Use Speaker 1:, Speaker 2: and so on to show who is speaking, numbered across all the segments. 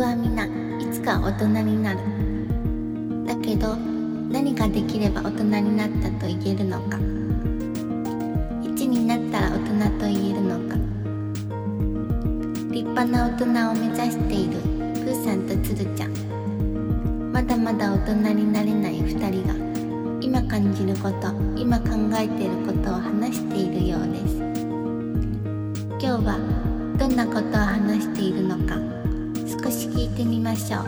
Speaker 1: はみんないつか大人になるだけど何ができれば大人になったと言えるのか1になったら大人と言えるのか立派な大人を目指しているプーさんとつるちゃんまだまだ大人になれない2人が今感じること今考えていることを話しているようです今日はどんなことを話しているのか少し聞いてみましょ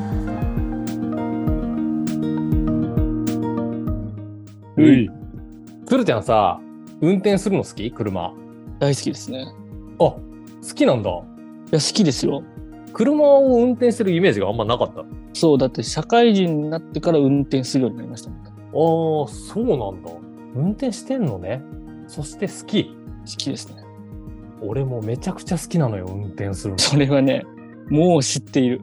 Speaker 1: う
Speaker 2: うい。
Speaker 3: つるちゃんさ、運転するの好き車。あ、
Speaker 2: 大好きですね。いや、
Speaker 3: 好きなんだ。
Speaker 2: 好きですよ。
Speaker 3: 車を運転してるイメージがあんまなかった。ああ、
Speaker 2: そう、だって社会人になってから運転するようになりましたもん。好
Speaker 3: そうなんだ。運転してんのね。そして好き。
Speaker 2: きですね。
Speaker 3: 俺もめちゃくちゃ好きなのよ、運転するの。
Speaker 2: それはね、もう知っている。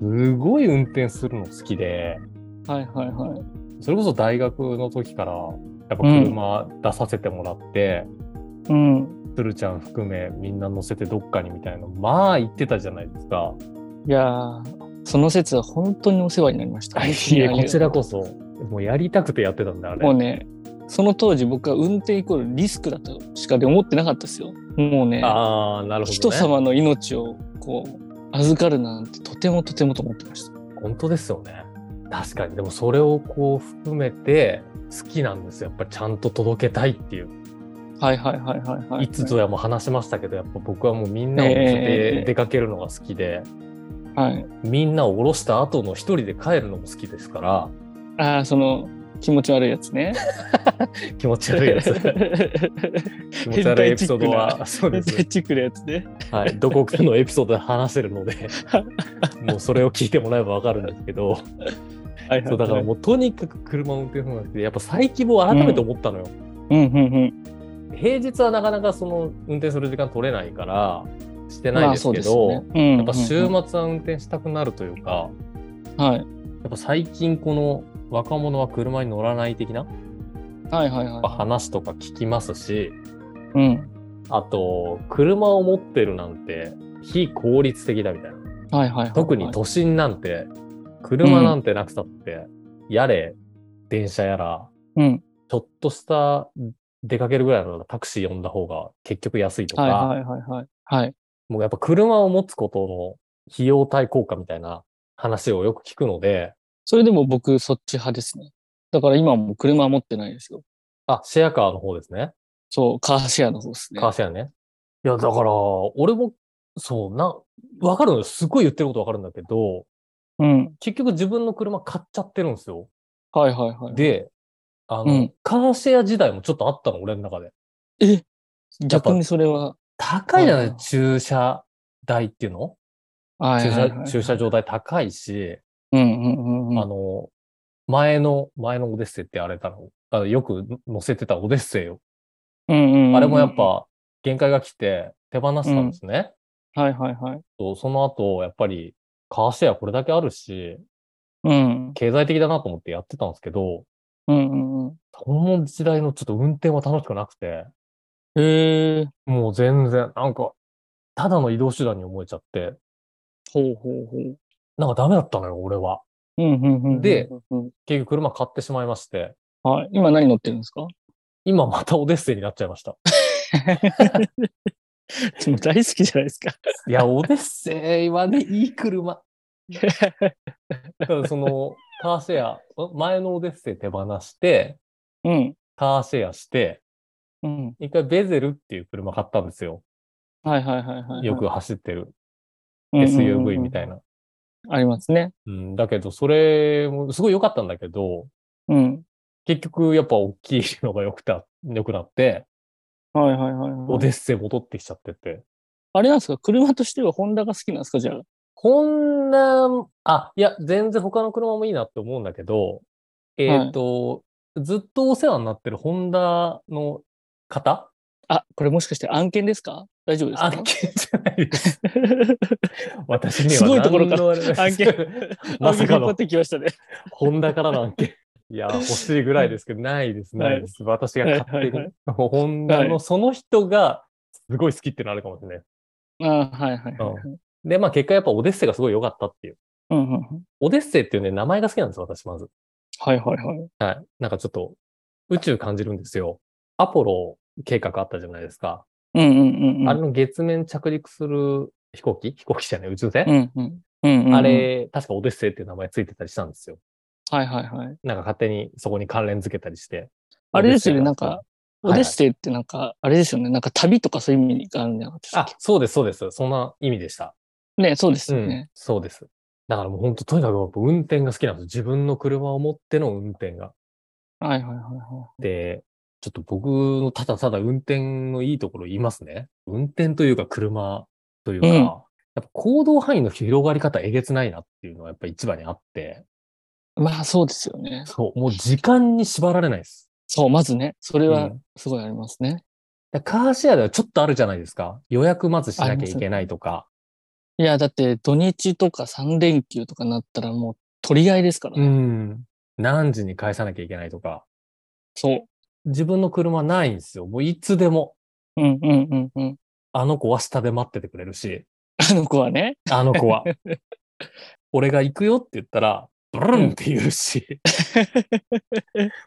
Speaker 3: すごい運転するの好きで、
Speaker 2: はいはいはい。
Speaker 3: それこそ大学の時から、やっぱ車出させてもらって、
Speaker 2: うん。
Speaker 3: つるちゃん含めみんな乗せてどっかにみたいな、まあ行ってたじゃないですか。
Speaker 2: いやー、その説は本当にお世話になりました。
Speaker 3: いや、こちら
Speaker 2: こ
Speaker 3: こそ。もうやりたくてやってたんだ、あれ。
Speaker 2: もうね、その当時僕は運転イコールリスクだとしか思ってなかったですよ。もうね、
Speaker 3: ああ、なるほど、ね。
Speaker 2: 人様の命をこう、預かるなんてとてもとてもと思ってました。
Speaker 3: 本当ですよね確かにでもそれをこう含めて好きなんですよやっぱりちゃんと届けたいっていう、
Speaker 2: はいはいはいはいはい。
Speaker 3: い、つぞやも話しましたけどやっぱ僕はもうみんなを乗せ
Speaker 2: え
Speaker 3: て
Speaker 2: え
Speaker 3: 出かけるのが好きで、
Speaker 2: はい。
Speaker 3: みんなを降ろした後の一人で帰るのも好きですから
Speaker 2: ああ、その、気持ち悪いやつね。
Speaker 3: 気持ち悪いや つ気持ち悪いエピソード
Speaker 2: 変態チック
Speaker 3: はそうで
Speaker 2: 絶対
Speaker 3: す、
Speaker 2: チックなやつね。
Speaker 3: はい、どこかのエピソードで話せるの でもうそれを聞いてもらえばわかるんですけど
Speaker 2: はい
Speaker 3: そうだからもうとにかく車を運転するのが好きでやっぱ再起を改めて思ったのよ、
Speaker 2: うんうんうん。
Speaker 3: 平日はなかなかその運転する時間取れないからしてな
Speaker 2: ま
Speaker 3: い
Speaker 2: あ
Speaker 3: です
Speaker 2: そう
Speaker 3: け
Speaker 2: です
Speaker 3: ど、
Speaker 2: よね。うん
Speaker 3: やっぱ週
Speaker 2: うん
Speaker 3: 末は運転したくなるというか、
Speaker 2: うんはい
Speaker 3: やっぱ最近この若者は車に乗らない的なやっ
Speaker 2: はいはい
Speaker 3: ぱ
Speaker 2: は
Speaker 3: 話とか聞きますし、
Speaker 2: い。うん。
Speaker 3: あと車を持ってるなんて非効率的だみたいな。
Speaker 2: はいはいはい。
Speaker 3: 特に都心なんて車なんてなくたって、やれ電車やら
Speaker 2: うん。
Speaker 3: ちょっとした出かけるぐらいのタクシー呼んだ方が結局安いとか、
Speaker 2: はいはいはいはい。はい。
Speaker 3: もうやっぱ車を持つことの費用対効果みたいな話をよく聞くので、
Speaker 2: それでも僕、そっち派ですね。だから今はもう車は持ってないですよ。
Speaker 3: あ、シェアカーの方ですね。
Speaker 2: そう、カーシェアの方ですね。
Speaker 3: カーシェアね。いや、だから、俺も、そうな、わかるのよ。すごい言ってることわかるんだけど、
Speaker 2: うん。
Speaker 3: 結局自分の車買っちゃってるんですよ。
Speaker 2: はいはいはい。
Speaker 3: で、あの、
Speaker 2: うん
Speaker 3: カーシェア時代もちょっとあったの、俺の中で。
Speaker 2: え逆にそれは、
Speaker 3: 高いじゃな
Speaker 2: はい
Speaker 3: い
Speaker 2: はい
Speaker 3: 駐車代っていうの、
Speaker 2: はいは
Speaker 3: 駐
Speaker 2: いはい。
Speaker 3: 車駐車場代高いし、
Speaker 2: うんうんうんう
Speaker 3: あ
Speaker 2: ん。
Speaker 3: の、前の、前のオデッセイってあれだろあのよく乗せてたオデッセイを。
Speaker 2: うんうんうん
Speaker 3: あれもやっ。ぱ限界が来て手放したんですね。
Speaker 2: はいはいはい。
Speaker 3: そうその後、やっぱりカーシェアこれだけあるし、
Speaker 2: うん。
Speaker 3: 経済的だなと思ってやってたんですけど、
Speaker 2: うんうんうん。
Speaker 3: この時代のちょっと運転は楽しくなくて、
Speaker 2: へえ。
Speaker 3: もう全然、なんか、ただの移動手段に思えちゃって、
Speaker 2: ほうほうほう。
Speaker 3: なんかダメだったのよ、俺は。
Speaker 2: うんうんうんうん。
Speaker 3: で
Speaker 2: うん、
Speaker 3: 結局車買ってしまいまして、
Speaker 2: はい。今何乗ってるんですか
Speaker 3: 今またオデッセイになっちゃいました。
Speaker 2: でも大好きじゃないですか。
Speaker 3: いや、オデッセイはね、いい車。 ただその、カーシェア、前のオデッセイ手放して、
Speaker 2: うん。
Speaker 3: カーシェアして、
Speaker 2: うん。
Speaker 3: 一回ベゼルっていう車買ったんですよ。
Speaker 2: はいはいはいはい。
Speaker 3: よく走ってる
Speaker 2: うんうんうん
Speaker 3: SUV みたいな。
Speaker 2: ありますね。
Speaker 3: うん、だけど、それもすごい良かったんだけど、
Speaker 2: うん。
Speaker 3: 結局やっぱ大きいのが良くた、良くなって、
Speaker 2: はいはいはい、はい。
Speaker 3: オデッセイ戻ってきちゃってて。
Speaker 2: あれなんですか車としてはホンダが好きなんですかじゃあ。
Speaker 3: こんな、あ、いや、全然他の車もいいなって思うんだけど、えっ、と、ずっとお世話になってるホンダの方
Speaker 2: あ、これもしかして案件ですか大丈夫ですか
Speaker 3: 案件 じゃないです。私には
Speaker 2: すごいところから
Speaker 3: 何のあれも
Speaker 2: 案件。
Speaker 3: まさか
Speaker 2: 案件引っ張
Speaker 3: の
Speaker 2: ってきましたね。
Speaker 3: ホンダからなんて。 いや、欲しいぐらいですけど、ないです、ないです。私が買って
Speaker 2: はいはいは
Speaker 3: る。ホンダのその人が、すごい好きってのあるかもしれない。
Speaker 2: あはいはいはいはい。
Speaker 3: で、まあ結果やっぱオデッセイがすごい良かったっていう。
Speaker 2: うんうんうん。
Speaker 3: オデッセイっていうね、名前が好きなんですよ、私、まず。
Speaker 2: はいはいはい。
Speaker 3: はい。なんかちょっと、宇宙感じるんですよ。アポロ計画あったじゃないですか。
Speaker 2: うんうんうん。
Speaker 3: あれの月面着陸する飛行機飛行機じゃない、宇宙船、
Speaker 2: うんうん。うんうん。
Speaker 3: あ。れ、確かオデッセイっていう名前ついてたりしたんですよ。
Speaker 2: はいはいはい。
Speaker 3: なんか勝手にそこに関連付けたりして。
Speaker 2: あれですよね
Speaker 3: オデッ
Speaker 2: なん
Speaker 3: セイが
Speaker 2: か、オデッセイってなんか、あれですよね。なんか旅とかそういう意味があるんじゃなかった
Speaker 3: あ
Speaker 2: で、
Speaker 3: そうです、そうです。そんな意味でした。
Speaker 2: すね、そうです
Speaker 3: う
Speaker 2: よ
Speaker 3: ん、
Speaker 2: ね。
Speaker 3: そうです。だからもう本当、とにかく僕運転が好きなんです自分の車を持っての運転が。
Speaker 2: はいはいはいは
Speaker 3: で、ちょっと僕のただただ運転のいいところ言いますね。運転というか車というか、
Speaker 2: うん
Speaker 3: やっぱ行動範囲の広がり方えげつないなっていうのはやっぱ一番にあって、
Speaker 2: い。まあそうですよね。
Speaker 3: そう、もう時間に縛られないです。
Speaker 2: そう、まずね、それ
Speaker 3: う
Speaker 2: は
Speaker 3: ん
Speaker 2: すごいありますね。
Speaker 3: だからカーシェアではちょっとあるじゃないですか。予約まずしな
Speaker 2: あり
Speaker 3: き
Speaker 2: ま
Speaker 3: ゃい
Speaker 2: す
Speaker 3: けないとか。
Speaker 2: いや、だって土日とか3連休とかなったらもう取り合いですから
Speaker 3: う
Speaker 2: ね。
Speaker 3: ん。何時に返さなきゃいけないとか。
Speaker 2: そう。
Speaker 3: 自分の車ないんですよ。もういつでも。
Speaker 2: うんうんうんうん。
Speaker 3: あの子は下で待っててくれるし、
Speaker 2: あの子はね。
Speaker 3: あの子 は。俺が行くよって言ったら、ブルンって言うし。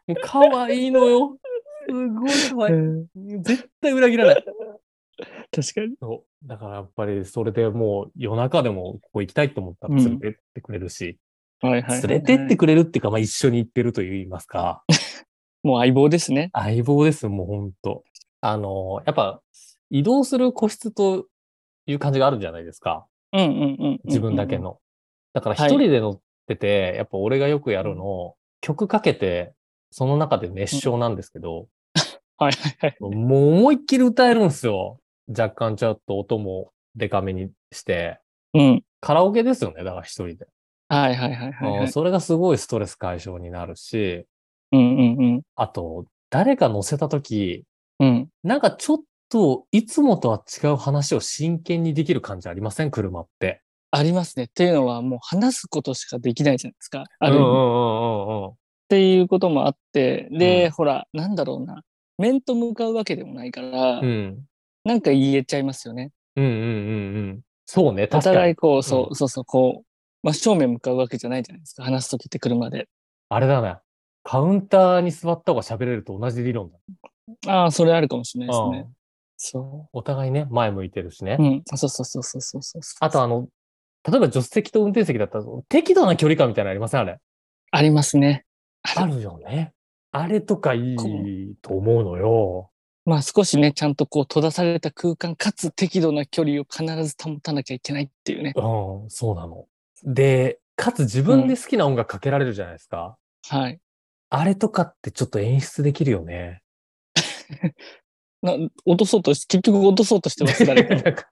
Speaker 3: もう可愛いのよ。すごい可愛い。
Speaker 2: うん
Speaker 3: 絶対裏切らない。
Speaker 2: 確かに。
Speaker 3: そうだからやっぱりそれでもう夜中でもここ行きたいと思ったら連れてってくれるし、
Speaker 2: はいは
Speaker 3: 連
Speaker 2: い。
Speaker 3: れてってくれるっていうか、まあ一緒に行ってると言いますか。
Speaker 2: もう相棒ですね。
Speaker 3: 相棒です、もうほんと。あの、やっぱ移動する個室という感じがあるじゃないですか。
Speaker 2: うんうんうんうん。
Speaker 3: 自分だけ。の。だから
Speaker 2: は
Speaker 3: 一
Speaker 2: い
Speaker 3: 人で乗ってて、やっぱ俺がよくやるの、曲かけて、その中で熱唱なんですけど、
Speaker 2: はいはいはい。
Speaker 3: もう思いっきり歌えるんですよ。若干ちょっと音もデカめにして。
Speaker 2: うん。
Speaker 3: カラオケですよね、だから一人で。
Speaker 2: はいはいはいはいは
Speaker 3: うん
Speaker 2: い。
Speaker 3: それがすごいストレス解消になるし、
Speaker 2: うんうんうん。
Speaker 3: あと、誰か乗せたとき、
Speaker 2: うん。
Speaker 3: なんかちょっと、いつもとは違う話を真剣にできる感じありません車って。
Speaker 2: ありますね。っていうのはもう話すことしかできないじゃないですか。ある
Speaker 3: う
Speaker 2: 意
Speaker 3: んうんう
Speaker 2: 味
Speaker 3: んうんうん。
Speaker 2: っていうこともあって、で、
Speaker 3: うん
Speaker 2: ほら、なんだろうな。面と向かうわけでもないから、
Speaker 3: うん。
Speaker 2: なんか言えちゃいますよね。
Speaker 3: うんうんうんうん。そうね、
Speaker 2: お
Speaker 3: 確か
Speaker 2: 互い
Speaker 3: に。
Speaker 2: こう、そう、そうそう、こう、真正面向かうわけじゃないじゃないですか。話すときって車で。
Speaker 3: あれだね。カウンターに座った方が喋れると同じ理論だ。
Speaker 2: ああ、それあるかもしれないで
Speaker 3: うん
Speaker 2: すね。そ
Speaker 3: お互いね、前向いてるしね。
Speaker 2: う。うん。そうそうそうそうそうそう。
Speaker 3: あと、あの、例えば助手席と運転席だったら、適度な距離感みたいなのありませんあれ。
Speaker 2: ありますね。あ
Speaker 3: あるよね。あれとかい
Speaker 2: こ
Speaker 3: いと思うのよ。
Speaker 2: まあ少しね、ちゃんとこう閉ざされた空間、かつ適度な距離を必ず保たなきゃいけないっていうね。
Speaker 3: うん、そうなの。で、かつ自分で好きな音楽かけられるじゃないですか。
Speaker 2: はい。
Speaker 3: あれとかってちょっと演出できるよね。
Speaker 2: な落とそうとし、結局落とそうとしてます、誰かを。
Speaker 3: なんか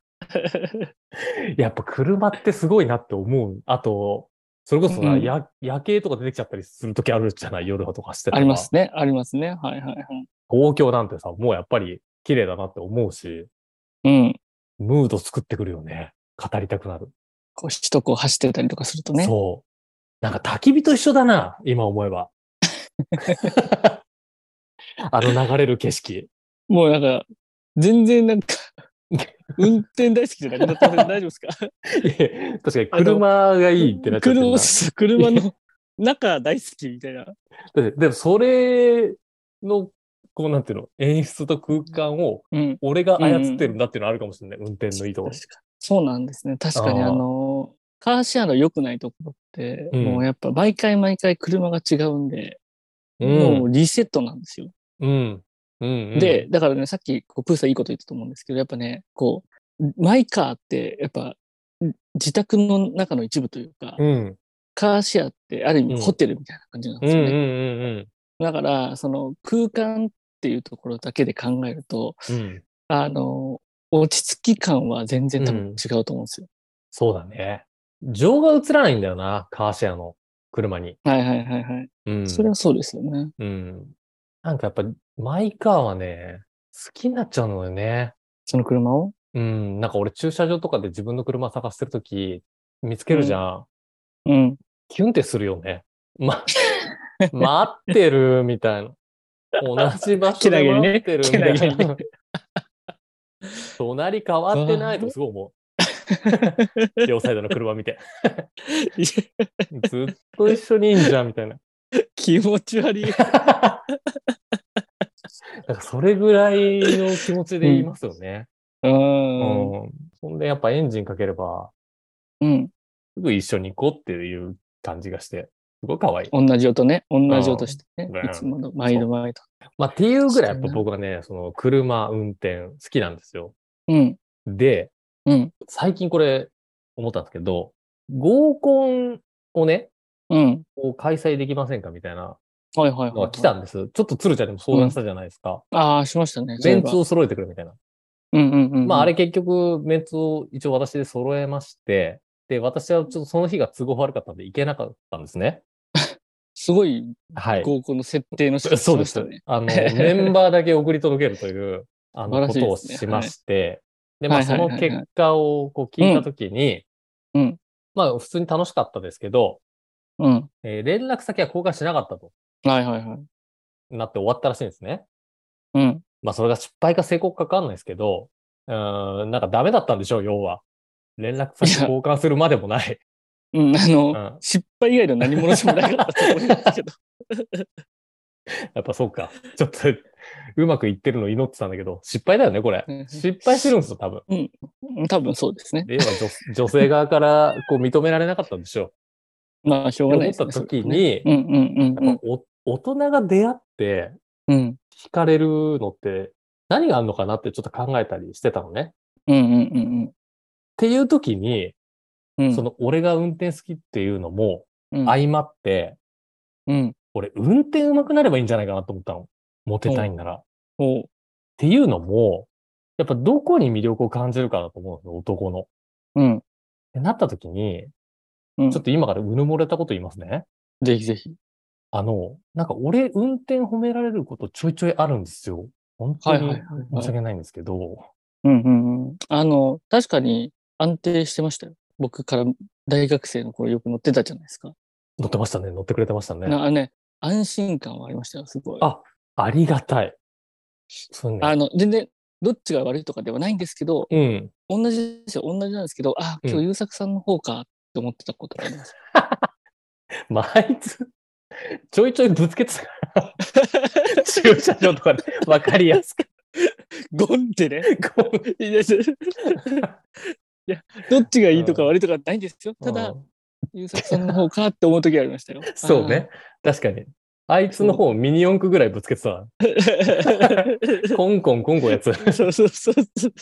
Speaker 3: やっぱ車ってすごいなって思う。あと、それこそな、
Speaker 2: うん
Speaker 3: や夜景とか出てきちゃったりするときあるじゃない夜とかしてた
Speaker 2: ありますね。ありますね。はいはいはい。
Speaker 3: 東京なんてさ、もうやっぱり綺麗だなって思うし、
Speaker 2: うん。
Speaker 3: ムード作ってくるよね。語りたくなる。
Speaker 2: こう、首都高走ってたりとかするとね。
Speaker 3: そう。なんか焚き火と一緒だな、今思え ば。あの流れる景 色。
Speaker 2: もうなんか、全然なんか、運転大好きじゃ なくなった大丈夫ですか
Speaker 3: いや確かに車がいいってなっちゃってるな
Speaker 2: 車そう車の中大好きみたいな。
Speaker 3: だってでもそれの、こうなんていうの、演出と空間を
Speaker 2: うん。
Speaker 3: 俺が操ってるんだっていうのはあるかもしれない。運転のいいところ
Speaker 2: 確。かそうなんですね。確かに
Speaker 3: あ
Speaker 2: あ
Speaker 3: ー
Speaker 2: の、カーシェアの良くないところって、
Speaker 3: うん
Speaker 2: もうやっぱ毎回毎回車が違うんで、
Speaker 3: うん
Speaker 2: もうリセットなんですよ。
Speaker 3: うん。うん。うん
Speaker 2: で、、だからね、さっきこうプーさんいいこと言ったと思うんですけど、やっぱね、こう、マイカーって、やっぱ、自宅の中の一部というか、
Speaker 3: うん。
Speaker 2: カーシェアってある意
Speaker 3: うん
Speaker 2: 味ホテルみたいな感じな
Speaker 3: う
Speaker 2: ん
Speaker 3: ん
Speaker 2: で
Speaker 3: う
Speaker 2: す
Speaker 3: ん
Speaker 2: よ
Speaker 3: う
Speaker 2: ね。
Speaker 3: ん
Speaker 2: だから、その空間っていうところだけで考えると、
Speaker 3: うん。うん。
Speaker 2: あの、落ち着き感は全然多分違うと思うんですよ。
Speaker 3: そうだね。情が映らないんだよな、カーシェアの車に。
Speaker 2: はいはいはいはい。
Speaker 3: うん。
Speaker 2: それはそうですよね。
Speaker 3: うん。なんかやっぱ、マイカーはね、好きになっちゃうのよね。
Speaker 2: その車を。
Speaker 3: うん。なんか俺駐車場とかで自分の車探してるとき、見つけるじゃん。
Speaker 2: うん。
Speaker 3: キュンってするよね。ま、待ってるみたいな。同じ場所で待ってるみた
Speaker 2: けなげ
Speaker 3: い
Speaker 2: にねけな
Speaker 3: な。隣変わってないとすごい思両サイドの車 見て。ずっと一緒にいんじゃん、みたい な。
Speaker 2: 気持ち悪い。
Speaker 3: なんかそれぐらいの気持ちでいますよね。
Speaker 2: うん。
Speaker 3: うんほんで、やっぱエンジンかければ、
Speaker 2: うん。
Speaker 3: すぐ一緒に行こうっていう感じがして、すごい可愛い。
Speaker 2: 同じ音ね。同じ音してね
Speaker 3: うんね。
Speaker 2: いつもの、毎度毎度。
Speaker 3: まあ、っていうぐらいやっぱ僕はね、その車運転好きなんですよ。
Speaker 2: うん。
Speaker 3: で、
Speaker 2: うん。
Speaker 3: 最近これ思ったんですけど、合コンをね、
Speaker 2: うん。
Speaker 3: こう開催できませんかみたいな
Speaker 2: はいはい
Speaker 3: の
Speaker 2: は
Speaker 3: が
Speaker 2: い。
Speaker 3: 来たんです。ちょっと鶴ちゃんにも相談したじゃないですか。
Speaker 2: ああ、しましたね。
Speaker 3: メンツ
Speaker 2: そうい
Speaker 3: を揃えてくれみたいな。
Speaker 2: えばうんうんうん。
Speaker 3: まあ、あれ。結局、メンツを一応私で揃えまして、で、私はちょっとその日が都合悪かったんで行けなかったんですね。
Speaker 2: すごい
Speaker 3: はい。
Speaker 2: 合コンの設定の仕方
Speaker 3: そう
Speaker 2: し
Speaker 3: で
Speaker 2: まし
Speaker 3: す
Speaker 2: たね。。
Speaker 3: あの、メンバーだけ送り届けるという、あの、こ
Speaker 2: 素晴らしい
Speaker 3: とを
Speaker 2: ですね
Speaker 3: しまして、で、まあ、
Speaker 2: はいは
Speaker 3: そ
Speaker 2: いはい
Speaker 3: の
Speaker 2: はい
Speaker 3: 結果をこう聞いたときに、
Speaker 2: うん
Speaker 3: まあ、普通に楽しかったですけど、
Speaker 2: うん。
Speaker 3: えー連絡先は交換しなかったと
Speaker 2: はいはいはい。
Speaker 3: なって終わったらしいんですね。
Speaker 2: うん。
Speaker 3: まあ、それが失敗か成功かわかんないですけど、うーん、なんかダメだったんでしょう、要は。連絡先交換するまでもない。
Speaker 2: うん、あの、
Speaker 3: うん
Speaker 2: 失敗以外の何者でもなかったと思いますけど。
Speaker 3: やっぱそうか。ちょっと、うまくいってるのを祈ってたんだけど、失敗だよね、これ
Speaker 2: う ん。
Speaker 3: 失敗してるんですよ、多分。
Speaker 2: うん多分そうですね。
Speaker 3: で、要は女 女性側からこう認められなかったんでしょ
Speaker 2: まあ、しょ
Speaker 3: う。
Speaker 2: う
Speaker 3: っ
Speaker 2: が
Speaker 3: て
Speaker 2: ない
Speaker 3: 思
Speaker 2: で
Speaker 3: った
Speaker 2: すね。
Speaker 3: 時
Speaker 2: それはね、
Speaker 3: に、
Speaker 2: うんうんうんう
Speaker 3: やっ
Speaker 2: ん
Speaker 3: ぱお大人が出会って
Speaker 2: うん。
Speaker 3: 惹かれるのって何があるのかなってちょっと考えたりしてたのね。っ
Speaker 2: うんうんうん
Speaker 3: ていう時に、
Speaker 2: うんうん。
Speaker 3: その俺が運転好きっていうのも
Speaker 2: うん、
Speaker 3: 相まって、
Speaker 2: うん。
Speaker 3: 俺運転上手くなればいいんじゃないかなと思ったの。モテたいんなら。っ
Speaker 2: おう。
Speaker 3: ていうのも、やっぱどこに魅力を感じるかだと思うの、男の。
Speaker 2: うん。
Speaker 3: ってなった時に、
Speaker 2: うん
Speaker 3: ちょっと今からうぬ漏れたこと言いますね。
Speaker 2: ぜひぜひ。
Speaker 3: あの、なんか俺運転褒められることちょいちょいあるんですよ。本当
Speaker 2: はいは
Speaker 3: に
Speaker 2: いはい
Speaker 3: 申
Speaker 2: はい、
Speaker 3: し訳ないんですけど。
Speaker 2: うんうんうん。あの、確かに安定してましたよ。僕から大学生の頃よく乗ってたじゃないですか。
Speaker 3: 乗ってましたね。乗ってくれてましたね。
Speaker 2: なあのね、安心感はありましたよ、すごい。
Speaker 3: あありがたい。そうね。
Speaker 2: あの、全然、どっちが悪いとかではないんですけど、
Speaker 3: うん。
Speaker 2: 同じですよ、同じなんですけど、あ、今
Speaker 3: う
Speaker 2: 日
Speaker 3: ん
Speaker 2: 優作さんの方かって思ってたことがあります。
Speaker 3: まあ、あいつ、ちょいちょいぶつけてたから。駐車場とかで分かりやすく。
Speaker 2: ゴンってね。
Speaker 3: こう
Speaker 2: いや、ちょいやどっちがいいとか悪いとかないんですよ。ただ
Speaker 3: う、ん
Speaker 2: 優作さんの方かって思う時ありましたよ。
Speaker 3: そうね。確かに。あいつの方ミニ四駆ぐらいぶつけてたわ。
Speaker 2: あー。
Speaker 3: コンコンコンコン やつ。
Speaker 2: そうそうそうそう。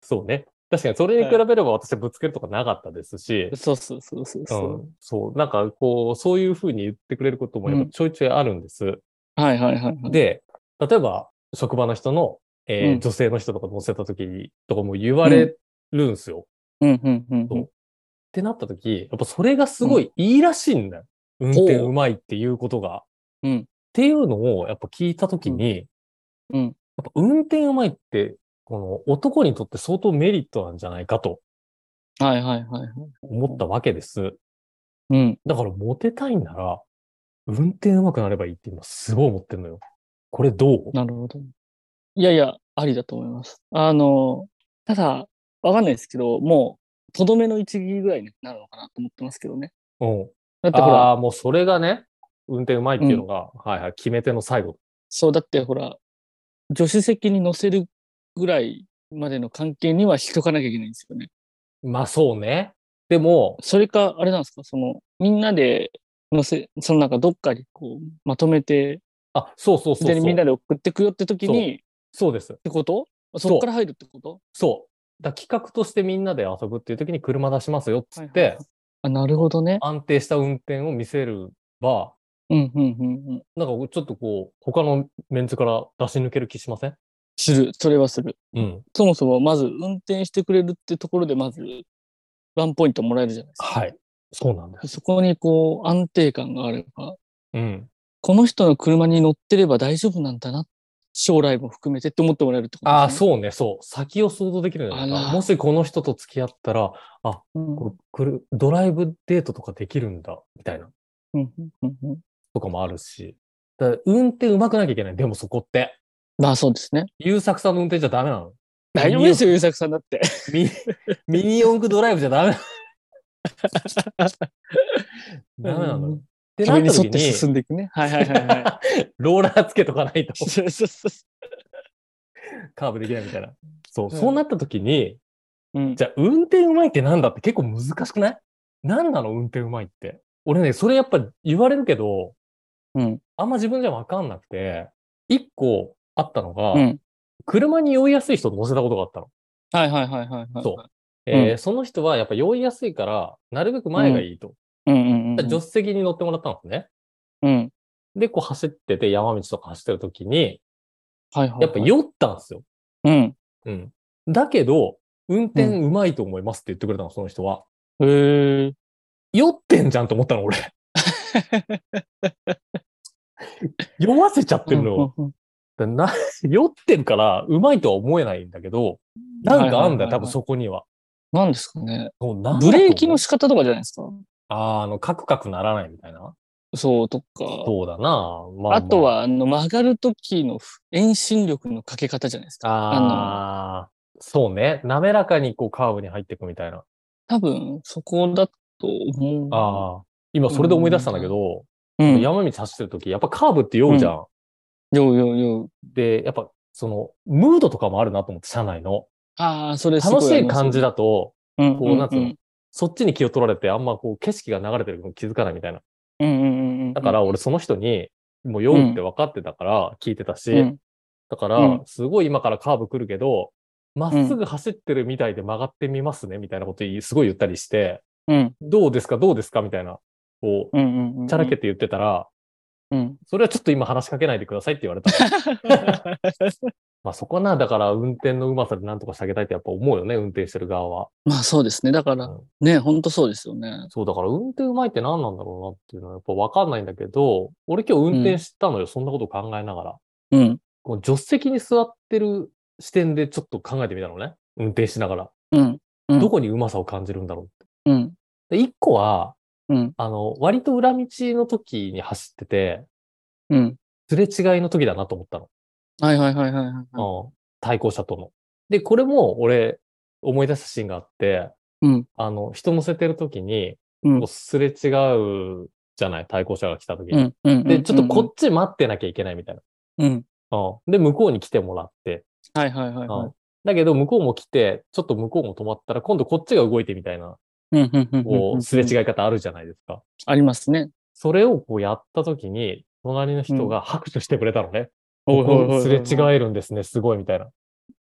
Speaker 3: そうね。確かに、それに比べれば私はぶつけるとかなかったですし、
Speaker 2: そうそうそうそう
Speaker 3: う
Speaker 2: そ
Speaker 3: ん、そう、なんかこう、そういうふうに言ってくれることもやっぱちょいちょいあるんです。
Speaker 2: う。はいはいはいはい。
Speaker 3: で、例えば、職場の人の、えー
Speaker 2: うん
Speaker 3: 女性の人とか乗せた時に、とかも言われるんですよ。っ
Speaker 2: うんうんうんうん。
Speaker 3: てなった時、やっぱそれがすごいいいらしいんだよ。運転
Speaker 2: ほう
Speaker 3: うまいっていうことが。
Speaker 2: うん
Speaker 3: っていうのをやっぱ聞いた時に、
Speaker 2: うんうん
Speaker 3: やっぱ運転うまいって、この男にとって相当メリットなんじゃないかと
Speaker 2: はいはいはいはい。
Speaker 3: 思ったわけです。
Speaker 2: うん。
Speaker 3: だからモテたいんなら、運転上手くなればいいって今すごい思ってるのよ。これどう
Speaker 2: なるほど。いやいや、ありだと思います。あの、ただ、わかんないですけど、もう、とどめの一義ぐらいになるのかなと思ってますけどね。
Speaker 3: うん。
Speaker 2: だってほら、
Speaker 3: ああー、もうそれがね、運転上手いっていうのが、はいはい、決め手の最後。
Speaker 2: そう、だってほら、助手席に乗せるぐらいまでの関係には引きとかなきゃいけないんですよね。
Speaker 3: まあそうね。でも、
Speaker 2: それか、あれなんですか、その、みんなで乗せ、そのなんかどっかにこう、まとめて、
Speaker 3: あ、そうそうそう
Speaker 2: で
Speaker 3: そう。
Speaker 2: みんなで送ってくよって時に、っ
Speaker 3: そうです。
Speaker 2: てこと
Speaker 3: そう
Speaker 2: そっから入るってこと
Speaker 3: そう。だから企画としてみんなで遊ぶっていう時に車出しますよっつっ
Speaker 2: はいはい
Speaker 3: て
Speaker 2: は、あ、なるほどね。
Speaker 3: 安定した運転を見せれば、
Speaker 2: うん、うん、うん、うん。
Speaker 3: なんかちょっとこう、他のメンツから出し抜ける気しません
Speaker 2: する。それはする。
Speaker 3: うん。
Speaker 2: そもそもまず運転してくれるってところでまずワンポイントもらえるじゃないですか。
Speaker 3: はい。そうなんです。
Speaker 2: そこにこう安定感があれば、
Speaker 3: うん。
Speaker 2: この人の車に乗ってれば大丈夫なんだな。将来も含めてって思ってもらえるってこと
Speaker 3: ああ、
Speaker 2: う。
Speaker 3: そうね、そう。先を想像できるんじゃない
Speaker 2: あ
Speaker 3: からもしこの人と付き合ったら、
Speaker 2: うん
Speaker 3: こうくるドライブデートとかできるんだ、みたいな、
Speaker 2: うんうんうんうん
Speaker 3: とかもあるし。だから運転上手くなきゃいけない。でもそこって。
Speaker 2: まあそうですね。
Speaker 3: 優作さんの運転じゃダメなの。
Speaker 2: 大丈夫ですよ、優作さんだって。
Speaker 3: ミミニ四駆ドライブじゃダ メ。ダメなのよ。ってな
Speaker 2: 壁
Speaker 3: っ
Speaker 2: に
Speaker 3: た
Speaker 2: 沿
Speaker 3: 時
Speaker 2: って進
Speaker 3: に、
Speaker 2: んでいくね。はいはいはいはい。
Speaker 3: ローラーつけとか ないと
Speaker 2: そうそうそうそ
Speaker 3: カーブできないみたいな。そう、
Speaker 2: うん
Speaker 3: そうなった時に、
Speaker 2: ううん。
Speaker 3: じゃあ運転うまいってなんだって結構難しくないなんなの運転うまいって。俺ね、それやっぱ言われるけど、
Speaker 2: うん。
Speaker 3: あんま自分じゃわかんなくて、一個あったのが、
Speaker 2: うん。
Speaker 3: 車に酔いやすい人と乗せたことがあったの。
Speaker 2: はいはいはいはいはい。。
Speaker 3: そうえーその人はやっぱ酔いやすいから、なるべく前がいいと。
Speaker 2: うんうんうん。
Speaker 3: 助手席に乗ってもらったんですね。
Speaker 2: うん。
Speaker 3: で、こう走ってて、山道とか走ってる時に、
Speaker 2: はいはいはい。
Speaker 3: やっぱ酔ったんですよ。
Speaker 2: うん。
Speaker 3: うん。だけど、運転うまいと思いますって言ってくれたの、その人は。
Speaker 2: へえ。
Speaker 3: 酔ってんじゃんと思ったの、 俺。酔わせちゃってるのよ。
Speaker 2: うんうん
Speaker 3: だな 酔ってるから、うまいとは思えないんだけど、なんかあんだよ、多分そこには。
Speaker 2: なんですかね。
Speaker 3: もうなんだと
Speaker 2: ブ
Speaker 3: 思う
Speaker 2: レーキの仕方とかじゃないですか。
Speaker 3: あーあの、カクカクならないみたいな。
Speaker 2: そう、とか。
Speaker 3: そうだな。まあまあ
Speaker 2: あと、は、あの、曲がるときの遠心力のかけ方じゃないですか。
Speaker 3: ああ、そうね。滑らかにこうカーブに入っていくみたいな。
Speaker 2: 多分、そこだと思う。
Speaker 3: ああ、今それで思い出したんだけど、
Speaker 2: うん。よ
Speaker 3: 山道走ってる時、やっぱカーブって酔うじゃん。
Speaker 2: うようよう。
Speaker 3: で、やっぱその、ムードとかもあるなと思って、車内の。
Speaker 2: ああ、それすご
Speaker 3: 楽しい感
Speaker 2: じ。
Speaker 3: じだと、
Speaker 2: うん。
Speaker 3: こうなんつうの
Speaker 2: ん
Speaker 3: そっちに気を取られて、あんまこう景色が流れてるの気づかないみたいな。
Speaker 2: うんうんうんうん。
Speaker 3: だから俺その人に、もう酔うって分かってたから聞いてたし、
Speaker 2: うん、
Speaker 3: だか
Speaker 2: う
Speaker 3: ら
Speaker 2: ん、
Speaker 3: すごい今からカーブ来るけど、まっすぐ走ってるみたいで曲がってみますね、みたいなこと言いすごい言ったりして、
Speaker 2: うん、
Speaker 3: どうですか、どうですか、みたいな、こ
Speaker 2: うんうんうんうん。
Speaker 3: う、ちゃらけて言ってたら、
Speaker 2: うん。
Speaker 3: それはちょっと今話しかけないでくださいって言われたの。 まあそこはな、だから運転のうまさで何とかしてあげたいってやっぱ思うよね、運転してる側は。
Speaker 2: まあそうですね。だから、
Speaker 3: うん
Speaker 2: ね、ほんとそうですよね。
Speaker 3: そう、だから運転うまいって何なんだろうなっていうのはやっぱ分かんないんだけど、俺今日運転したのよ、そんなこと考えながら。
Speaker 2: うん。
Speaker 3: こう助手席に座ってる視点でちょっと考えてみたのね。運転しながら。
Speaker 2: うん。うん
Speaker 3: どこにうまさを感じるんだろ
Speaker 2: うん。
Speaker 3: う。で、一個は、
Speaker 2: うん。
Speaker 3: あの、割と裏道の時に走ってて、
Speaker 2: うん。
Speaker 3: すれ違いの時だなと思ったの。
Speaker 2: はいはいはいはいはい。
Speaker 3: うん、対向車との。で、これも俺思い出したシーンがあって、
Speaker 2: うん。
Speaker 3: あの、人乗せてる時に、
Speaker 2: うん
Speaker 3: こうすれ違うじゃない、対向車が来た時
Speaker 2: う
Speaker 3: に。
Speaker 2: ん。うん。
Speaker 3: で、ちょっとこっち待ってなきゃいけないみたい
Speaker 2: うん。うん。
Speaker 3: な。うん、で、向こうに来てもらって、
Speaker 2: はいはいはいは
Speaker 3: う
Speaker 2: い
Speaker 3: ん。だけど、向こうも来て、ちょっと向こうも止まったら、今度こっちが動いてみたいな、
Speaker 2: うんうんうんうん
Speaker 3: こ
Speaker 2: う
Speaker 3: う、
Speaker 2: ん。
Speaker 3: すれ違い方あるじゃないですか。
Speaker 2: ありますね。
Speaker 3: それをこうやった時に、隣の人が拍手してくれたのね。
Speaker 2: おいおいおいおい
Speaker 3: こうすれ違えるんですね、すごいみたいな。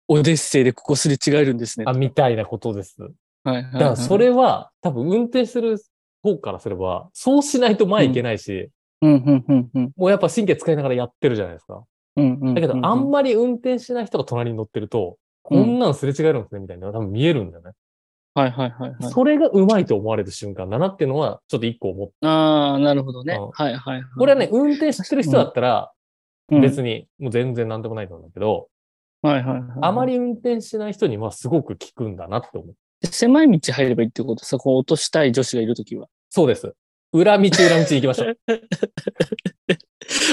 Speaker 2: オデッセイでここすれ違えるんですね。
Speaker 3: あ、みたいなことです。
Speaker 2: はいはい。
Speaker 3: だからそ、れは、多分運転する方からすれば、そうしないと前いけないし、
Speaker 2: うんうんうんうん。
Speaker 3: もうやっぱ神経使いながらやってるじゃないですか。
Speaker 2: うんうん。
Speaker 3: だけど、あん
Speaker 2: ま、
Speaker 3: まり運転しない人が隣に乗ってると、
Speaker 2: うん
Speaker 3: こんなんすれ違えるんですね、みたいな、多分見えるんだよね。
Speaker 2: はいはいはいはい。
Speaker 3: それがうまいと思われる瞬間だなっていうのは、ちょっと一個思った。
Speaker 2: ああ、なるほどね。
Speaker 3: うん
Speaker 2: はいはいはい。
Speaker 3: これはね、運転してる人だったら、
Speaker 2: うん、
Speaker 3: 別に、もう全然なんでもないと思うんだけど、
Speaker 2: はいはいはい。
Speaker 3: あまり運転しない人にはすごく効くんだなって思う。
Speaker 2: 狭い道入ればいいってことそこを落としたい女子がいるときは。
Speaker 3: そうです。裏道、裏道行きましょう。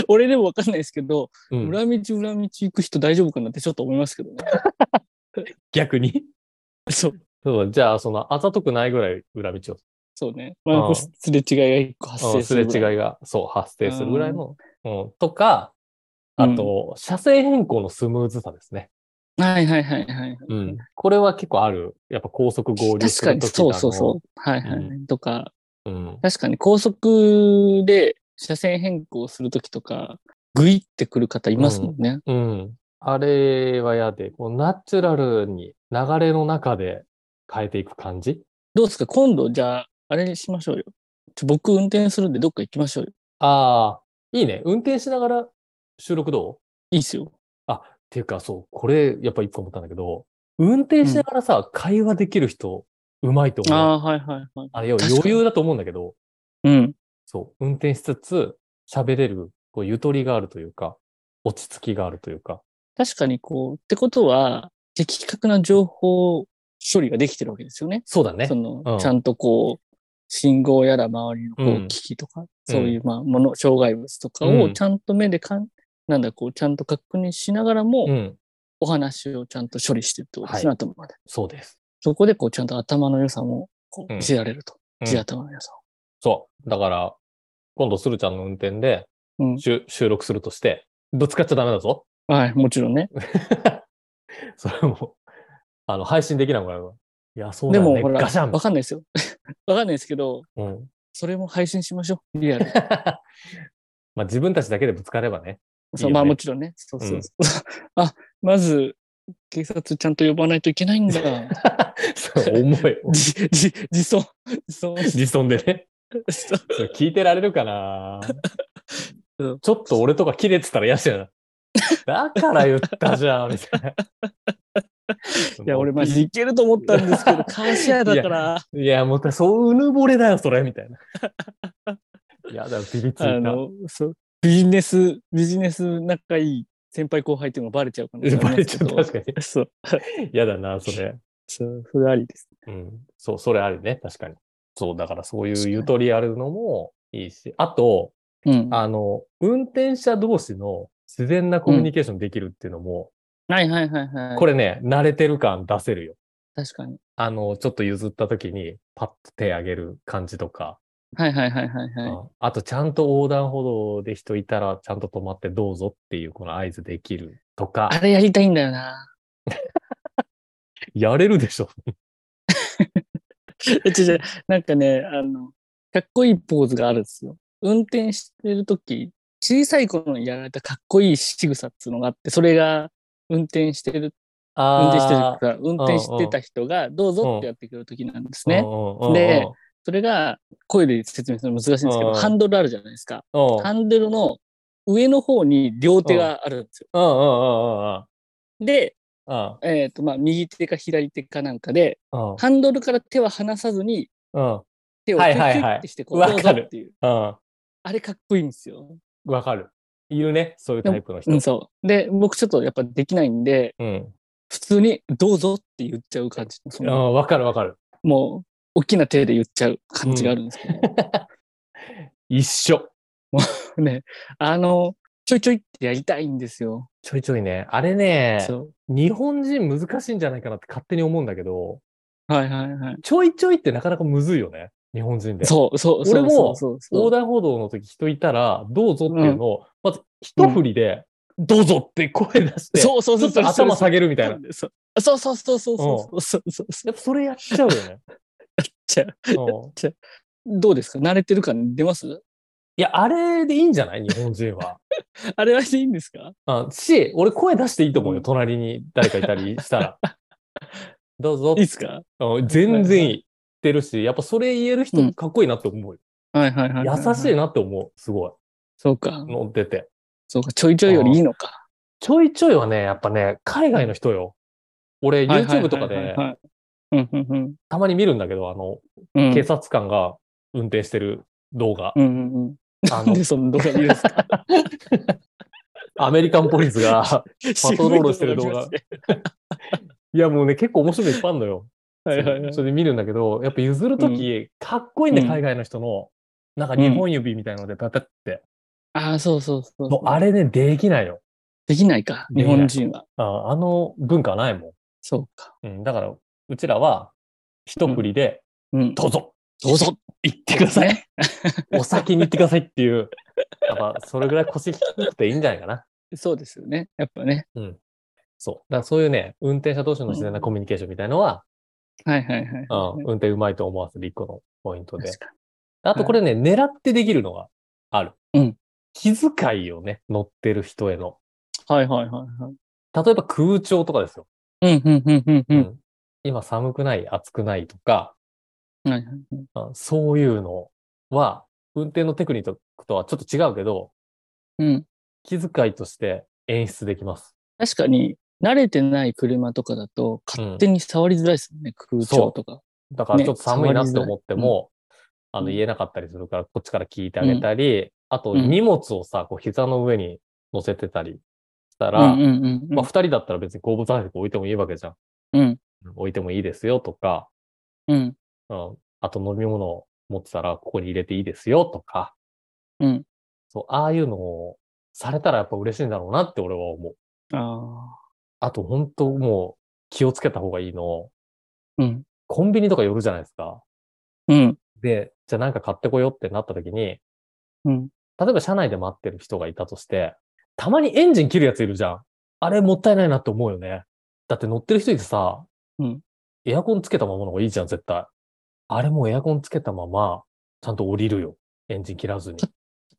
Speaker 2: 俺でもわかんないですけど、
Speaker 3: うん
Speaker 2: 裏道裏道行く人大丈夫かなってちょっと思いますけど ね。
Speaker 3: 逆に。
Speaker 2: そう。
Speaker 3: そう、じゃあ、その、あざとくないぐらい裏道を
Speaker 2: そうね。まあ、こうすれ違いが一個発
Speaker 3: うん
Speaker 2: 生
Speaker 3: す
Speaker 2: す
Speaker 3: れ
Speaker 2: るぐらい。
Speaker 3: 違いが、そう、発生するぐらいの、うん、とか、あと、車線変更のスムーズさですね。
Speaker 2: はいはいはいはい。
Speaker 3: うん。これは結構ある。やっぱ高速合流
Speaker 2: 確
Speaker 3: す
Speaker 2: か
Speaker 3: る
Speaker 2: に、
Speaker 3: とき
Speaker 2: そうそうそう。はいはい。
Speaker 3: う
Speaker 2: とか、
Speaker 3: う。うん。
Speaker 2: 確かに高速で車線変更するときとか、グイってくる方いますもんね。
Speaker 3: うん。あれは嫌で、こう、ナチュラルに流れの中で変えていく感じ
Speaker 2: どうですか今度、じゃあ、あれにしましょうよ。ちょ僕運転するんでどっか行きましょうよ。
Speaker 3: ああ、いいね。運転しながら収録どうっ
Speaker 2: いいっすよ。
Speaker 3: ていうか、そう、これ、やっぱ一個思ったんだけど、運転しながらさ、会話できる人、うまいと思う。
Speaker 2: ああー、はいはいはい。
Speaker 3: あれよ、
Speaker 2: 確かに
Speaker 3: 余裕だと思うんだけど、
Speaker 2: うん。
Speaker 3: そう、運転しつつ、喋れる、こう、ゆとりがあるというか、落ち着きがあるというか。
Speaker 2: 確かにこう、ってことは、的確な情報処理ができてるわけですよね。
Speaker 3: そうだね
Speaker 2: そ。の、
Speaker 3: うん
Speaker 2: ちゃんとこう、信号やら周りのこう
Speaker 3: うん
Speaker 2: 機器とか、そういうまあもの、障害物とかを
Speaker 3: うん
Speaker 2: ちゃんと目でかん、なんだこう、ちゃんと確認しながらも、
Speaker 3: うん。
Speaker 2: お話をちゃんと処理してるってことですね、
Speaker 3: は
Speaker 2: 頭まで。
Speaker 3: そうです。
Speaker 2: そこでこうちゃんと頭の良さもこう
Speaker 3: うん
Speaker 2: 見せられると。
Speaker 3: うん
Speaker 2: 地頭の良さを。
Speaker 3: そう。だから、今度、スルちゃんの運転で
Speaker 2: うん
Speaker 3: しゅ収録するとして、ぶつかっちゃダメだぞ。
Speaker 2: はい、もちろんね。
Speaker 3: それも、あの、配信できなくなるわ。いや、そうだ
Speaker 2: で
Speaker 3: よ
Speaker 2: も
Speaker 3: ね。
Speaker 2: ほら、
Speaker 3: ガシャン
Speaker 2: わ。かんないですよ。 わかんないですけど、
Speaker 3: うん。
Speaker 2: それも配信しましょう。リアル。
Speaker 3: まあ、自分たちだけでぶつかれば ね。
Speaker 2: そう
Speaker 3: いいよね
Speaker 2: まあもちろんね。そうそうそう。 あ、まず、警察ちゃんと呼ばないといけないんだ。
Speaker 3: そう重 い。
Speaker 2: じ、じ、自尊。自尊。
Speaker 3: 自尊でね。
Speaker 2: そう
Speaker 3: それ聞いてられるかな
Speaker 2: うん
Speaker 3: ちょっと俺とか切れてたら嫌じゃな。だから言ったじゃん、みたいな。
Speaker 2: いや、俺マジいけると思ったんですけど、カーシェアだから、
Speaker 3: いや、もうそう、うぬぼれだよ、それ、みたいな。 いやだ、ビビつ
Speaker 2: あ
Speaker 3: いた。
Speaker 2: の、そう、ビジネス、ビジネス仲いい先輩後輩っていうのがバレちゃうかもしれ
Speaker 3: バ
Speaker 2: ない
Speaker 3: レ
Speaker 2: で
Speaker 3: ち
Speaker 2: す
Speaker 3: ゃう、
Speaker 2: けど。
Speaker 3: 確かに。
Speaker 2: そう、
Speaker 3: 嫌だな、それ。
Speaker 2: そう、それありです。
Speaker 3: うん。そう、それあるね、確かに。そう、だからそういうゆとりあるのもいいし、あと、
Speaker 2: うん。は
Speaker 3: あの、運転者同士の自然なコミュニケーションできるっていうのも、
Speaker 2: いはいはいはい。
Speaker 3: こ
Speaker 2: れ。
Speaker 3: れね、慣れてる感出せるよ。
Speaker 2: 確かに。
Speaker 3: あの、ちょっと譲った時に、パッと手上げる感じとか、
Speaker 2: はいはいはいはいはい。
Speaker 3: うんあと、ちゃんと横断歩道で人いたら、ちゃんと止まってどうぞっていう、この合図できるとか
Speaker 2: あ、れやりたいんだよな。
Speaker 3: やれるでしょ。
Speaker 2: え違う違うなんかね、あの、かっこいいポーズがあるんですよ。運転してるとき、小さい頃にやられたかっこいい仕草っていうのがあって、それが運転してる、 運転してる
Speaker 3: あ
Speaker 2: から、運転してた人がどうぞってやってくるときなんです
Speaker 3: ー
Speaker 2: ね。
Speaker 3: うんうんうんうん
Speaker 2: でそれが、声で説明するの難しいんですけ
Speaker 3: う
Speaker 2: ど、
Speaker 3: ん
Speaker 2: ハンドルあるじゃないですか。
Speaker 3: うんうんうんうん
Speaker 2: ハンドルの上の方に両手があるんですよ。
Speaker 3: うん
Speaker 2: で、
Speaker 3: うん
Speaker 2: えっ、と、まあ、右手か左手かなんかで、
Speaker 3: うん
Speaker 2: ハンドルから手は離さずに、
Speaker 3: うん
Speaker 2: 手をキ
Speaker 3: は
Speaker 2: ュ
Speaker 3: いは
Speaker 2: ッ
Speaker 3: い
Speaker 2: キュ
Speaker 3: はい
Speaker 2: ッてして、こう、
Speaker 3: わ
Speaker 2: どうぞ
Speaker 3: かる
Speaker 2: っていう。
Speaker 3: うん
Speaker 2: あれかっこいいんですよ。
Speaker 3: わかる。いるね、そういうタイプの人
Speaker 2: うん、。そう。で、僕ちょっとやっぱできないんで、
Speaker 3: うん。
Speaker 2: 普通にどうぞって言っちゃう感じ。そ
Speaker 3: うん
Speaker 2: の
Speaker 3: わかるわかる。
Speaker 2: もう、大きな手で言っちゃう感じがあるんですけど、
Speaker 3: 一緒。
Speaker 2: ね、あの、ちょいちょいってやりたいんですよ。
Speaker 3: ちょいちょいね。あれね、
Speaker 2: そ
Speaker 3: 日本人難しいんじゃないかなって勝手に思うんだけど、
Speaker 2: う。はいはいはい。
Speaker 3: ちょいちょいってなかなかむずいよね。日本人で。
Speaker 2: そうそうそう。
Speaker 3: 俺も
Speaker 2: そうそ
Speaker 3: 横
Speaker 2: うそう
Speaker 3: 断歩道の時人いたら、どうぞっていうのを、まず一振りで、どうぞって声出して、
Speaker 2: そうそうそう
Speaker 3: ちょっと頭下げるみ
Speaker 2: み
Speaker 3: たいな。。
Speaker 2: そうそうそうそうそうそうそうそうそう。
Speaker 3: やっぱそれやっちゃう よね。
Speaker 2: じゃあ
Speaker 3: うん
Speaker 2: どうですか慣れてる感出ます
Speaker 3: いや、あれでいいんじゃない日本人は。
Speaker 2: あれはでいいんですか
Speaker 3: うんし、俺声出していいと思うよ。
Speaker 2: うん
Speaker 3: 隣に誰かいたりしたら。どうぞ
Speaker 2: いいですか
Speaker 3: うん全然言ってるし、やっぱそれ言える人かっこいいなって思うよ。
Speaker 2: はいはいはいはい。
Speaker 3: 優しい
Speaker 2: い。
Speaker 3: なって思う。すごい。
Speaker 2: そうか。
Speaker 3: 乗ってて。
Speaker 2: そうか。ちょいちょいよりいいのか。
Speaker 3: ちょいちょいはね、やっぱね、海外の人よ。俺、YouTube とか
Speaker 2: はいは
Speaker 3: で
Speaker 2: い、はいはい。うんうんうん
Speaker 3: たまに見るんだけど、あの、
Speaker 2: うん。
Speaker 3: 警察官が運転してる動画
Speaker 2: う。んうんうん。
Speaker 3: あ
Speaker 2: なん
Speaker 3: の
Speaker 2: で、その動画見るんですか
Speaker 3: アメリカンポリス が、 パトロールしてる動画いやもうね、結構面白いのいっぱいあるのよ。
Speaker 2: はいはいはい
Speaker 3: そ。れで見るんだけど、やっぱ譲るとき、かっこいいんだよ、
Speaker 2: うん
Speaker 3: 海外の人の。なんか2本指みたいので、パタって。
Speaker 2: ああ、そうそうそう。
Speaker 3: もうあれね、できないよ。
Speaker 2: できないか。
Speaker 3: でき
Speaker 2: 日
Speaker 3: ない
Speaker 2: 本人は。
Speaker 3: ああの文化ないも
Speaker 2: そうか。
Speaker 3: ん。うん、だから、うちらは、一振りで、
Speaker 2: うん。
Speaker 3: どうぞ
Speaker 2: どうぞ
Speaker 3: 行ってください
Speaker 2: ね
Speaker 3: お先に行ってくださいって いう、やっぱそれぐらい腰低くていいんじゃないかな。
Speaker 2: そうですよね。やっぱね。
Speaker 3: そう。だからそういうね、運転者同士の自然なコミュニケーションみたいのは、
Speaker 2: はいはいはい。
Speaker 3: うん運転うまいと思わせる一個のポイントで
Speaker 2: 確。か
Speaker 3: あとこれね、狙ってできるのがある。
Speaker 2: うん
Speaker 3: 気遣いをね、乗ってる人への。
Speaker 2: にはいはいはいはい。
Speaker 3: 例えば空調とかですよ。
Speaker 2: うんうんうんうんう。
Speaker 3: うんん今寒くない、暑くないとか、
Speaker 2: はいはいはい
Speaker 3: うんそういうのは、運転のテクニックとはちょっと違うけど、
Speaker 2: うん。
Speaker 3: 気遣いとして演出できます。
Speaker 2: 確かに、慣れてない車とかだと、勝手に触りづらいですよね。空調とか。
Speaker 3: だから
Speaker 2: ね
Speaker 3: ちょっと寒いなって
Speaker 2: 触りづらい
Speaker 3: 思っても、あの
Speaker 2: うん
Speaker 3: 言えなかったりするから、こっちから聞いてあげたり、あと
Speaker 2: うん
Speaker 3: 荷物をさ、こう膝の上に乗せてたりした
Speaker 2: う
Speaker 3: ら、
Speaker 2: んうんうんうん
Speaker 3: まあ、2人だったら別に後部座席置いてもいいわけじゃん。
Speaker 2: うん
Speaker 3: 置いてもいいですよとか、
Speaker 2: うん
Speaker 3: うん、あと飲み物を持ってたらここに入れていいですよとか、
Speaker 2: うん。
Speaker 3: そう、ああいうのをされたらやっぱ嬉しいんだろうなって俺は思う。
Speaker 2: ああ。
Speaker 3: あと本当もう気をつけた方がいいの、
Speaker 2: うん。
Speaker 3: コンビニとか寄るじゃないですか。
Speaker 2: うん。
Speaker 3: で、じゃあなんか買ってこようってなった時に、
Speaker 2: うん。
Speaker 3: 例えば車内で待ってる人がいたとして、たまにエンジン切るやついるじゃん。あれもったいないなって思うよね。だって乗ってる人いてさ、
Speaker 2: うん
Speaker 3: エアコンつけたままの方がいいじゃん、絶対。あれもエアコンつけたまま、ちゃんと降りるよ。エンジン切らずに。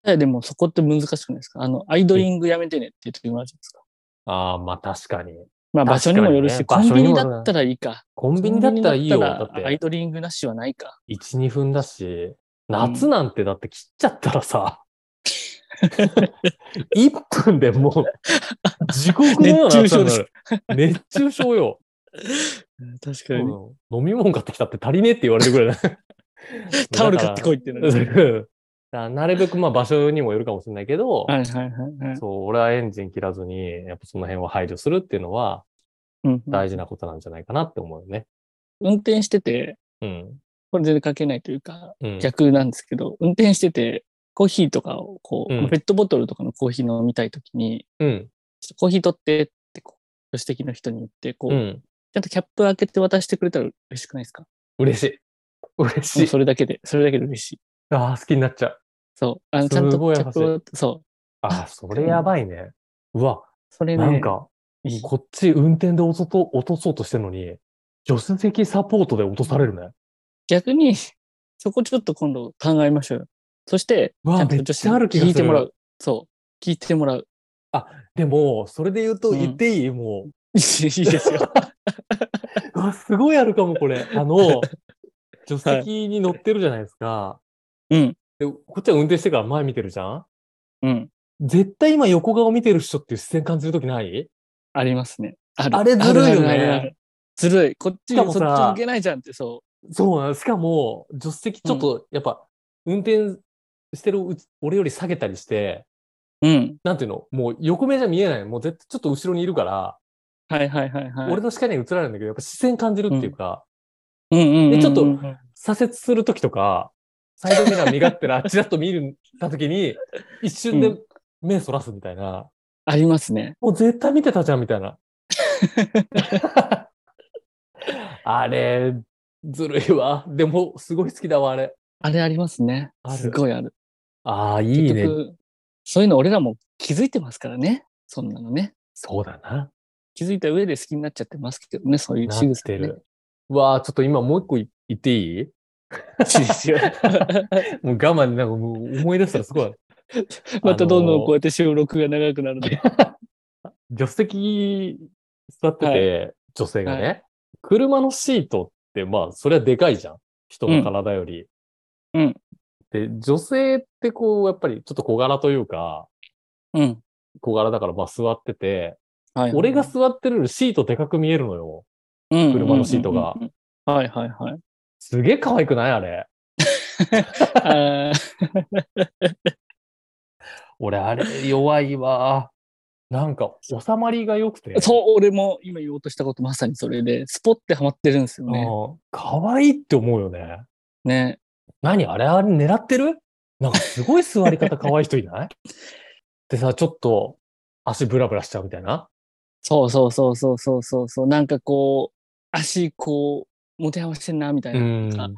Speaker 2: いやでもそこって難しくないですかあの、アイドリングやめてねって言ってもらうじゃないですか。
Speaker 3: ああ、まあ確かに。
Speaker 2: まあ場所にもよるし、
Speaker 3: 確か
Speaker 2: コ
Speaker 3: にね
Speaker 2: ンビニ
Speaker 3: 場所にもよる
Speaker 2: だ
Speaker 3: な
Speaker 2: ったらいいか。
Speaker 3: コンビニだったらいいよ。
Speaker 2: コン
Speaker 3: だ
Speaker 2: ビニだっ
Speaker 3: った
Speaker 2: らア
Speaker 3: て、
Speaker 2: イドリングなしはないか。
Speaker 3: 1、2分だし、夏なんてだって切っちゃったら さ、1分でもう、地獄のような暑さになる。熱中症よ。
Speaker 2: 確かに。
Speaker 3: うん飲み物買ってきたって足りねえって言われるぐらいだ
Speaker 2: タオル買ってこいって な
Speaker 3: だから
Speaker 2: る。
Speaker 3: うんだからなるべくまあ場所にもよるかもしれないけど、
Speaker 2: はいはいはいはい。
Speaker 3: そう、俺はエンジン切らずに、やっぱその辺を配慮するっていうのは
Speaker 2: うん
Speaker 3: 大事なことなんじゃないかなって思うよね。
Speaker 2: 運転してて、
Speaker 3: うん。
Speaker 2: これ全然関係ないというか、
Speaker 3: うん。
Speaker 2: 逆なんですけど、運転してて、コーヒーとかをこう、
Speaker 3: うん
Speaker 2: ペットボトルとかのコーヒー飲みたいときに、
Speaker 3: うん。
Speaker 2: ちょっとコーヒー取ってってこう、助手席の人に言って、こう、
Speaker 3: うん。
Speaker 2: ちゃんとキャップ開けて渡してくれたら嬉しくないですか
Speaker 3: 嬉しい。
Speaker 2: も
Speaker 3: 嬉
Speaker 2: う
Speaker 3: しい。
Speaker 2: それだけで、それだけで嬉しい。
Speaker 3: ああ、好きになっちゃう。
Speaker 2: そう。あの、ちゃんと
Speaker 3: すごい
Speaker 2: キ
Speaker 3: 優しい
Speaker 2: ャップを、そう。
Speaker 3: ああ、それやばいね。うわ、
Speaker 2: それね、
Speaker 3: なんか、
Speaker 2: いい
Speaker 3: こっち運転で落とと落とそうとしてるのに、助手席サポートで落とされるね。
Speaker 2: 逆に、そこちょっと今度考えましょうよ。そして、
Speaker 3: うわ
Speaker 2: ちゃんと
Speaker 3: めっ
Speaker 2: 女
Speaker 3: ちゃある気がする
Speaker 2: 聞いてもらう。そう。聞いてもらう。
Speaker 3: でも、それで言うと
Speaker 2: うん
Speaker 3: 言っていい、も
Speaker 2: いいです よ。
Speaker 3: う。うわ、すごいあるかも、こ れ。あの、助手席に乗ってるじゃないですか。
Speaker 2: うん。
Speaker 3: で、こっちは運転してから前見てるじゃん
Speaker 2: うん。
Speaker 3: 絶対今横顔見てる人っていう視線感じるときない
Speaker 2: ありますね。あ
Speaker 3: あれずるいよね
Speaker 2: あるあるあるずるい。こっち、
Speaker 3: しか
Speaker 2: そっ
Speaker 3: も
Speaker 2: ち
Speaker 3: さ
Speaker 2: 向けないじゃんって、そ
Speaker 3: そうなの。しかも、助手席ちょっと、やっぱ、運転してるうち俺より下げたりして、
Speaker 2: う。うん。
Speaker 3: なんていうのもう横目じゃ見えない。もう絶対ちょっと後ろにいるから、
Speaker 2: はいはいはいはい。
Speaker 3: 俺の視界には映らないんだけど、やっぱ視線感じるっていうか、
Speaker 2: うんうんうんうん
Speaker 3: でちょっと左折するときとか、サイドミラー身勝手な、ちらっと見るたときに、一瞬
Speaker 2: う
Speaker 3: で目そらすみたいな。
Speaker 2: ありますね。
Speaker 3: もう絶対見てたじゃん、みたい な。あれ、ずるいわ。でも、すごい好きだわ、あれ。
Speaker 2: あれありますね
Speaker 3: あ。る
Speaker 2: すごいある。
Speaker 3: ああ、いい
Speaker 2: 結
Speaker 3: ね。
Speaker 2: 局そういうの俺らも気づいてますからね。そんなのね。
Speaker 3: そうだな。
Speaker 2: 気づいた上で好きになっちゃってますけどね、そういう
Speaker 3: な
Speaker 2: 仕
Speaker 3: っ
Speaker 2: 草、
Speaker 3: て
Speaker 2: ね、
Speaker 3: る。うわあ、ちょっと今もう一個い言っていい
Speaker 2: いいですよ。
Speaker 3: もう我慢で、なんかもう思い出したらすごい。
Speaker 2: またどんどんこう
Speaker 3: う
Speaker 2: やって収録が長くなるので。
Speaker 3: 助手席座ってて、女性がね、
Speaker 2: は
Speaker 3: 車のシートって、まあ、それはでかいじゃん。人の体より。
Speaker 2: うん
Speaker 3: で、女性ってこう、やっぱりちょっと小柄というか、
Speaker 2: うん。
Speaker 3: 小柄だからまあ座ってて、
Speaker 2: はい、
Speaker 3: 俺が座ってるよりシートでかく見えるのよ。車のシートが
Speaker 2: うんうんうんはいはいはい。
Speaker 3: すげえ可愛くないあれ。
Speaker 2: あー
Speaker 3: 俺、あれ、弱いわ。なんか、収まりが良くて。
Speaker 2: そう、俺も今言おうとしたことまさにそれで、スポッてハマってるんですよ
Speaker 3: うん。
Speaker 2: ね。
Speaker 3: 可愛いって思うよね。
Speaker 2: ね。
Speaker 3: 何あれあれ狙ってるなんかすごい座り方可愛い人いない でさ、ちょっと足ブラブラしちゃうみたいな。
Speaker 2: そうそうそうそうそうそうそう。なんかこう、足こう、持て合わせてんな、みたいな。
Speaker 3: うん
Speaker 2: あ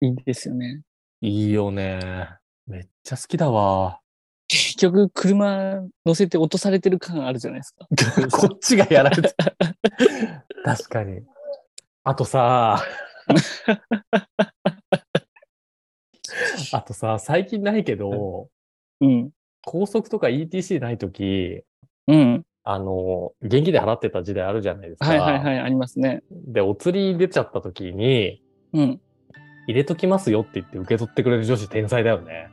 Speaker 2: いいですよね。
Speaker 3: いいよね。めっちゃ好きだわ。
Speaker 2: 結局、車乗せて落とされてる感あるじゃないですか。
Speaker 3: こっちがやられて。 確かに。あと さ、あとさ、最近ないけど、
Speaker 2: うん。
Speaker 3: 高速とか ETC ないとき、
Speaker 2: うん。
Speaker 3: あの、現金で払ってた時代あるじゃないですか。
Speaker 2: はいはいはい、ありますね。
Speaker 3: で、お釣り出ちゃったときに、
Speaker 2: うん。
Speaker 3: 入れときますよって言って受け取ってくれる女子天才だよね。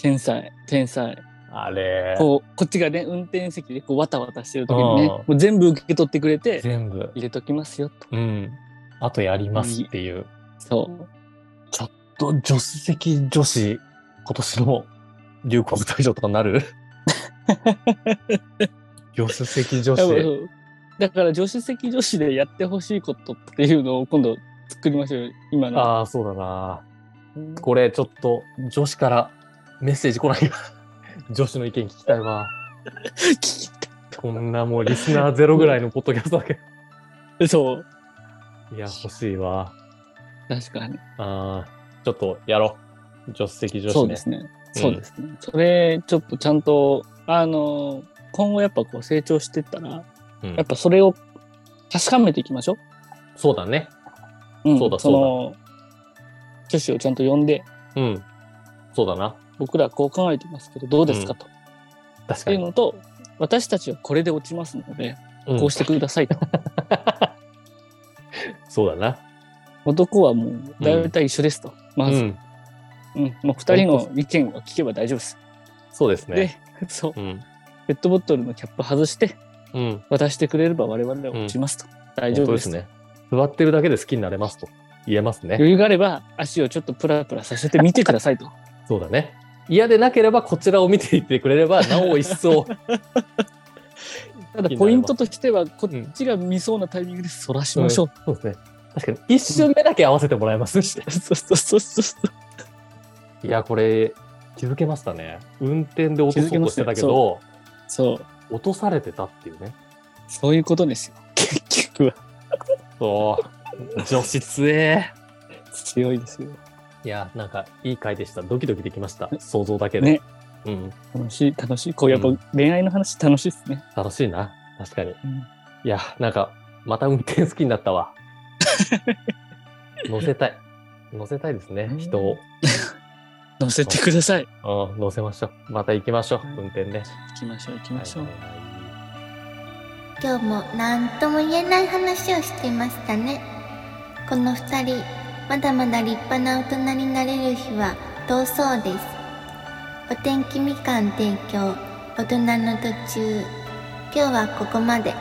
Speaker 2: 天才、天才。
Speaker 3: あれ、
Speaker 2: こう、こっちがね、運転席でこう、わたわたしてる時にね、
Speaker 3: うん
Speaker 2: もう全部受け取ってくれて、
Speaker 3: 全部。
Speaker 2: 入れときますよ、と。
Speaker 3: うん。あとやりますっていう。
Speaker 2: そう。
Speaker 3: と、助手席女子、今年の流行語大賞とかな る助手席女
Speaker 2: だから
Speaker 3: 子。
Speaker 2: だから助手席女子でやってほしいことっていうのを今度作りましょうよ今の。
Speaker 3: ああ、そうだな。
Speaker 2: うん
Speaker 3: これちょっと女子からメッセージ来ないか。女子の意見聞きたいわ。
Speaker 2: 聞きたい
Speaker 3: こんなもうリスナーゼロぐらいのポッドキャストだけ
Speaker 2: そう。
Speaker 3: ど。いや、欲しいわ。
Speaker 2: 確かに。
Speaker 3: あーちょっとやろう。助手席女
Speaker 2: そ
Speaker 3: 子
Speaker 2: う
Speaker 3: ね。
Speaker 2: ですね。そうですね。それ、ちょっとちゃんと、あの、今後やっぱこう成長してったら、
Speaker 3: うん
Speaker 2: やっぱそれを確かめていきましょ
Speaker 3: そうだね。
Speaker 2: う。うん、
Speaker 3: そうだ
Speaker 2: の、女子をちゃんと呼んで、
Speaker 3: うん。そうだな。
Speaker 2: 僕らこう考えてますけど、どうですかと。
Speaker 3: 確か
Speaker 2: っていう
Speaker 3: に。
Speaker 2: のと、私たちはこれで落ちますので、
Speaker 3: うん
Speaker 2: こうしてくださいと。
Speaker 3: そうだな。
Speaker 2: 男はもう大体一緒ですと。ま
Speaker 3: う
Speaker 2: ず、
Speaker 3: ん。
Speaker 2: うんもう二人の意見を聞けば大丈夫です。
Speaker 3: そうですね。
Speaker 2: で、 そ
Speaker 3: う
Speaker 2: う、
Speaker 3: ん。
Speaker 2: ペットボトルのキャップ外して
Speaker 3: うん。
Speaker 2: 渡してくれれば我々は落ちますと。大
Speaker 3: 本
Speaker 2: 丈
Speaker 3: 当
Speaker 2: 夫で
Speaker 3: ですす
Speaker 2: と
Speaker 3: ね。座ってるだけで好きになれますと言えますね。
Speaker 2: 余裕があれば足をちょっとプラプラさせてみてくださ いと。
Speaker 3: そうだね。嫌でなければこちらを見ていってくれれ ば、なお一層。
Speaker 2: ただポイント
Speaker 3: と
Speaker 2: としてはこ
Speaker 3: うん
Speaker 2: っちが見そうなタイミングでそらしましょう。
Speaker 3: そうですね。確かに一瞬目だけ合わせてもらいますし。
Speaker 2: そうそうそうそう。
Speaker 3: いや、これ気づけましたね。運転で落とそうとしてたけ
Speaker 2: 気づけましたね
Speaker 3: ど、
Speaker 2: そう、
Speaker 3: 落とされてたっていうね。
Speaker 2: そういうことですよ。結局は
Speaker 3: そう。女子強え。
Speaker 2: 強いですよ。
Speaker 3: いや、なんかいい回でした。ドキドキできました。想像だけで。
Speaker 2: ね、
Speaker 3: うん。
Speaker 2: 楽しい、楽しい。こうやっぱ
Speaker 3: うん
Speaker 2: 恋愛の話楽しいですね。
Speaker 3: 楽しいな。確かに。
Speaker 2: うん
Speaker 3: いや、なんか、また運転好きになった わ。乗せたい。乗せたいですね
Speaker 2: う、ん
Speaker 3: 人を。
Speaker 2: 乗せてください。
Speaker 3: うん、乗せましょう。また行きましょ、
Speaker 2: はいう
Speaker 3: 運転ね。
Speaker 2: 行きましょう行きましょう。
Speaker 3: はいはいはい
Speaker 1: 今日も何とも言えない話をしてましたねこの2人まだまだ立派な大人になれる日は遠そうですお天気みかん提供大人の途中今日はここまで